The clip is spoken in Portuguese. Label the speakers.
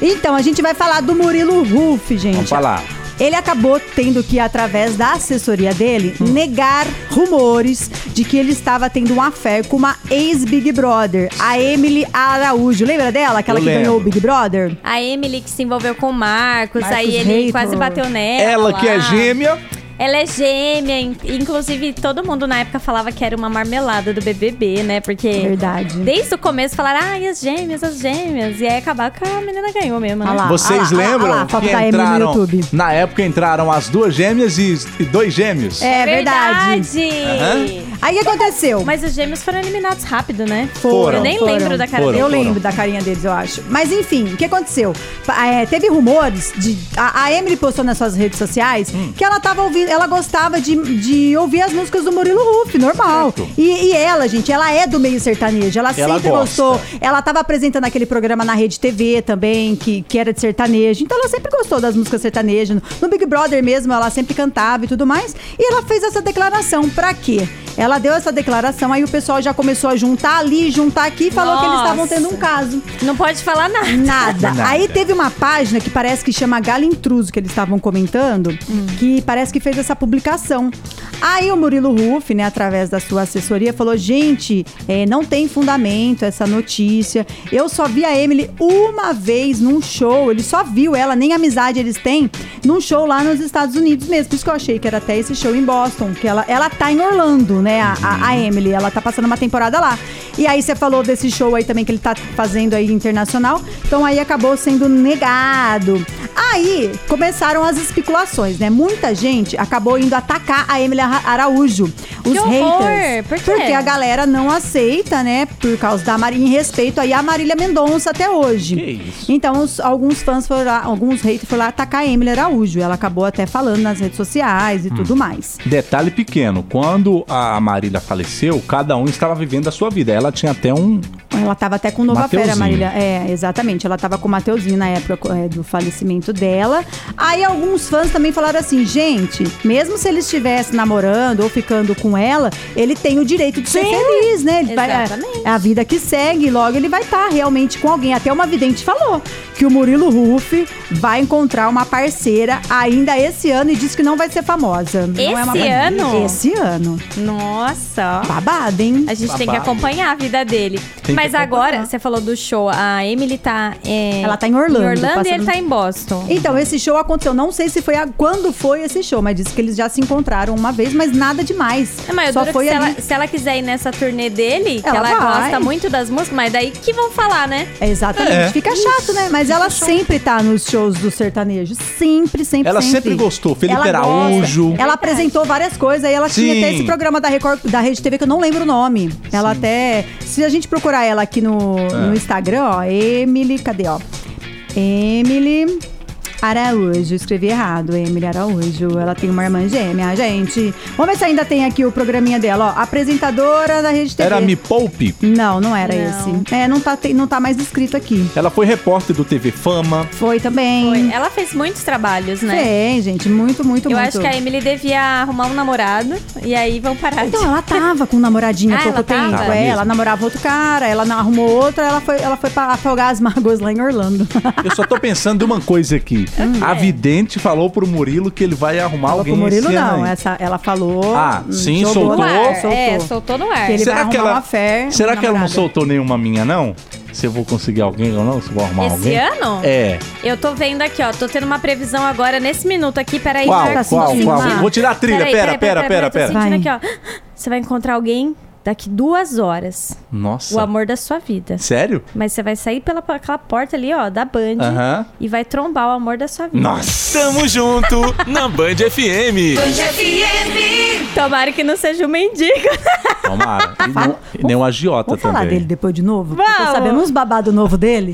Speaker 1: Então, a gente vai falar do Murilo Ruff, gente.
Speaker 2: Vamos falar.
Speaker 1: Ele acabou tendo que, através da assessoria dele,
Speaker 2: Hum.
Speaker 1: negar rumores de que ele estava tendo um afé com uma ex-Big Brother, a Emily Araújo. Lembra dela? Aquela
Speaker 2: Eu
Speaker 1: que ganhou o
Speaker 2: lembro.
Speaker 1: Big Brother?
Speaker 3: A Emily que se envolveu com o Marcos,
Speaker 1: Marcos
Speaker 3: aí ele
Speaker 1: Reitor.
Speaker 3: quase bateu nela.
Speaker 2: Ela que é
Speaker 3: lá.
Speaker 1: Ah,
Speaker 2: gêmea.
Speaker 3: Ela é gêmea, in- inclusive todo mundo na época falava que era uma marmelada do BBB, né? Porque
Speaker 1: Verdade.
Speaker 3: desde o começo falaram, ai, as gêmeas, as gêmeas. E aí acabar que a menina ganhou mesmo, né?
Speaker 1: Ah lá.
Speaker 2: Vocês
Speaker 1: ah lá,
Speaker 2: lembram
Speaker 1: ah lá, foto
Speaker 2: que
Speaker 1: da Emily no
Speaker 2: entraram...
Speaker 1: YouTube.
Speaker 2: Na época entraram as duas gêmeas e, e dois gêmeos.
Speaker 1: É verdade.
Speaker 3: Verdade.
Speaker 1: Aí o que aconteceu?
Speaker 3: Mas os gêmeos foram eliminados rápido, né?
Speaker 2: Foram.
Speaker 3: Eu nem
Speaker 1: Foram.
Speaker 3: lembro da cara
Speaker 2: Foram.
Speaker 1: eu
Speaker 3: dele.
Speaker 1: lembro da carinha deles, eu acho. Mas enfim, o que aconteceu? Pa- é, teve rumores de. A, a Emily postou nas suas redes sociais
Speaker 2: Hum.
Speaker 1: que ela tava ouvindo, ela gostava de, de ouvir as músicas do Murilo Ruff, normal.
Speaker 2: Certo.
Speaker 1: E, e ela, gente, ela é do meio sertanejo. Ela,
Speaker 2: Ela
Speaker 1: sempre
Speaker 2: gosta.
Speaker 1: gostou. Ela tava apresentando aquele programa na Rede TV também, que, que era de sertanejo. Então ela sempre gostou das músicas sertanejas. No Big Brother mesmo, ela sempre cantava e tudo mais. E ela fez essa declaração. Pra quê? Ela deu essa declaração, aí o pessoal já começou a juntar ali, juntar aqui, falou que eles estavam
Speaker 3: Nossa.
Speaker 1: tendo um caso.
Speaker 3: Não pode falar nada.
Speaker 1: Nada.
Speaker 2: Nada.
Speaker 1: Aí teve uma página que parece que chama Galo Intruso, que eles estavam comentando, que parece que fez essa publicação. Aí o Murilo Ruff, né, através da sua assessoria, falou: gente, é, não tem fundamento essa notícia. Eu só vi a Emily uma vez num show. Ele só viu ela, nem amizade eles têm, num show lá nos Estados Unidos mesmo. Por isso que eu achei que era até esse show em Boston, que ela, ela tá em Orlando, né, a, a- a Emily. Ela tá passando uma temporada lá. E aí você falou desse show aí também que ele tá fazendo aí internacional. Então aí acabou sendo negado. Aí começaram as especulações, né? Muita gente acabou indo atacar a Emily Ara- Araújo. Os
Speaker 3: Que horror!
Speaker 1: haters.
Speaker 3: Por quê?
Speaker 1: Porque a galera não aceita, né? Por causa da Marília, em respeito aí a Marília Mendonça até hoje.
Speaker 2: Que isso.
Speaker 1: Então, os- alguns fãs foram lá, alguns haters foram lá atacar a Emily Araújo. Ela acabou até falando nas redes sociais
Speaker 2: Hum.
Speaker 1: e tudo mais.
Speaker 2: Detalhe pequeno, quando a Marília faleceu, cada um estava vivendo a sua vida. Ela tinha até um.
Speaker 1: Ela tava até com Nova
Speaker 2: Mateuzinho.
Speaker 1: Fera, Marília. É, exatamente. Ela tava com o Mateuzinho na época co- é, do falecimento dela. Aí alguns fãs também falaram assim, gente, mesmo se ele estivesse namorando ou ficando com ela, ele tem o direito de ser feliz, né? Ele vai-
Speaker 3: Exatamente.
Speaker 1: é a vida que segue, logo ele vai estar realmente com alguém. Até uma vidente falou que o Murilo Ruff vai encontrar uma parceira ainda esse ano e diz que não vai ser famosa. não é uma
Speaker 3: Esse ano?
Speaker 1: Esse ano.
Speaker 3: Nossa, ó.
Speaker 1: Babado, hein?
Speaker 3: A gente tem que
Speaker 2: Babado.
Speaker 3: acompanhar a vida dele.
Speaker 2: que
Speaker 3: Mas agora, você falou do show, a Emily tá. é,
Speaker 1: Ela tá em Orlando,
Speaker 3: Em Orlando
Speaker 1: passando-
Speaker 3: e ele tá em Boston.
Speaker 1: Então, esse show aconteceu. Não sei se foi a, quando foi esse show, mas disse que eles já se encontraram uma vez, mas nada demais.
Speaker 3: É, mas eu
Speaker 1: Só
Speaker 3: duro que
Speaker 1: foi
Speaker 3: se,
Speaker 1: ali.
Speaker 3: ela, se ela quiser ir nessa turnê dele, que
Speaker 1: Ela
Speaker 3: ela,
Speaker 1: vai.
Speaker 3: gosta muito das músicas, mas daí que vão falar, né?
Speaker 1: É, Exatamente.
Speaker 2: É.
Speaker 1: Fica chato, né? Mas ela sempre tá nos shows do sertanejo. Sempre, sempre,
Speaker 2: Ela sempre gostou. Felipe Araújo.
Speaker 1: Ela apresentou várias coisas. E ela
Speaker 2: Sim.
Speaker 1: tinha até esse programa da Record, da Rede TV, que eu não lembro o nome. Ela até... Se a gente procurar ela aqui no,
Speaker 2: É.
Speaker 1: no Instagram, ó. Emily... Cadê, ó? Emily... Araújo, escrevi errado, Emily Araújo. Ela tem uma irmã gêmea, gente. Vamos ver se ainda tem aqui o programinha dela, ó. Apresentadora da Rede TV.
Speaker 2: Era Me Poupe.
Speaker 1: Não, não era
Speaker 3: Não.
Speaker 1: esse. É, não tá, tem- não tá mais escrito aqui.
Speaker 2: Ela foi repórter do TV Fama.
Speaker 1: Foi
Speaker 3: Foi.
Speaker 1: também.
Speaker 3: Ela fez muitos trabalhos, né?
Speaker 1: Tem, gente. Muito, muito,
Speaker 3: eu
Speaker 1: muito.
Speaker 3: acho que a Emily devia arrumar um namorado e aí vão parar
Speaker 1: Então,
Speaker 3: de.
Speaker 1: ela tava com um namoradinho há
Speaker 3: Ah,
Speaker 1: pouco
Speaker 3: ela tava?
Speaker 1: tempo.
Speaker 2: Tava
Speaker 1: É,
Speaker 2: mesmo.
Speaker 1: ela namorava outro cara, ela não arrumou outra, ela foi, ela foi pra afogar as mágoas lá em Orlando.
Speaker 2: Eu só tô pensando uma coisa aqui. A vidente falou pro Murilo que ele vai arrumar
Speaker 1: Ela
Speaker 2: alguém
Speaker 1: Hum, é. pro Murilo,
Speaker 2: esse ano
Speaker 1: não. é
Speaker 2: aí.
Speaker 1: Essa, ela falou.
Speaker 2: Ah,
Speaker 1: hum,
Speaker 2: sim,
Speaker 3: No
Speaker 2: soltou.
Speaker 3: ar.
Speaker 1: Soltou.
Speaker 3: É, soltou no ar.
Speaker 1: Que ele
Speaker 2: Será
Speaker 1: vai
Speaker 2: que
Speaker 1: arrumar
Speaker 2: ela-
Speaker 1: uma fé.
Speaker 2: Será que ela não
Speaker 1: namorada.
Speaker 2: soltou nenhuma minha, não? Se eu vou conseguir alguém ou não? Se eu vou arrumar
Speaker 3: Esse
Speaker 2: alguém?
Speaker 3: ano?
Speaker 2: É.
Speaker 3: Eu tô vendo aqui, ó. Tô tendo uma previsão agora nesse minuto aqui. Peraí,
Speaker 2: Qual,
Speaker 3: Marcos,
Speaker 2: qual,
Speaker 3: tô
Speaker 1: qual?
Speaker 3: sentindo.
Speaker 1: Vou
Speaker 2: tirar a trilha,
Speaker 3: Peraí,
Speaker 2: pera,
Speaker 3: peraí,
Speaker 2: pera,
Speaker 3: peraí,
Speaker 1: pera,
Speaker 3: Tô sentindo aqui, ó. Você vai encontrar alguém daqui duas horas.
Speaker 2: Nossa.
Speaker 3: O amor da sua vida.
Speaker 2: Sério?
Speaker 3: Mas você vai sair pela aquela porta ali, ó, da Band.
Speaker 2: Aham.
Speaker 3: E vai trombar o amor da sua vida.
Speaker 2: Nossa.
Speaker 4: Tamo junto na Band FM.
Speaker 3: Tomara que não seja um uma indica.
Speaker 2: Tomara. E não- E nem um agiota
Speaker 1: Vamos
Speaker 2: também.
Speaker 1: falar dele depois de novo? Eu Tô
Speaker 3: Vamos.
Speaker 1: sabendo uns babado novo dele.